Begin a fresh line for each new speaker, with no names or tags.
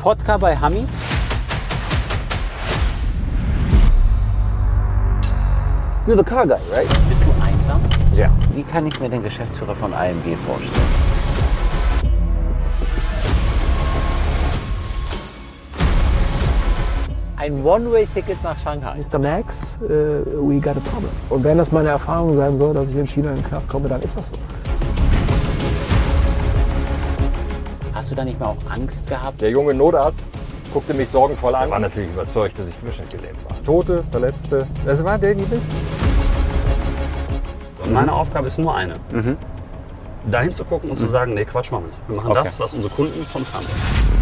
Wodka bei Hamid?
You're the car guy, right?
Bist du einsam?
Yeah.
Wie kann ich mir den Geschäftsführer von AMG vorstellen?
Ein One-Way-Ticket nach Shanghai.
Mr. Max, äh, we got a problem. Und wenn das meine Erfahrung sein soll, dass ich in China in den Knast komme, dann ist das so.
Hast du da nicht mal auch Angst gehabt?
Der junge Notarzt guckte mich sorgenvoll an. Er war natürlich überzeugt, dass ich querschnittgelähmt war. Tote, Verletzte. Das war der Gewiss.
Und meine Aufgabe ist nur eine.
Mhm.
Dahin zu gucken und zu sagen, nee, Quatsch machen wir nicht. Wir machen das, was unsere Kunden von uns haben.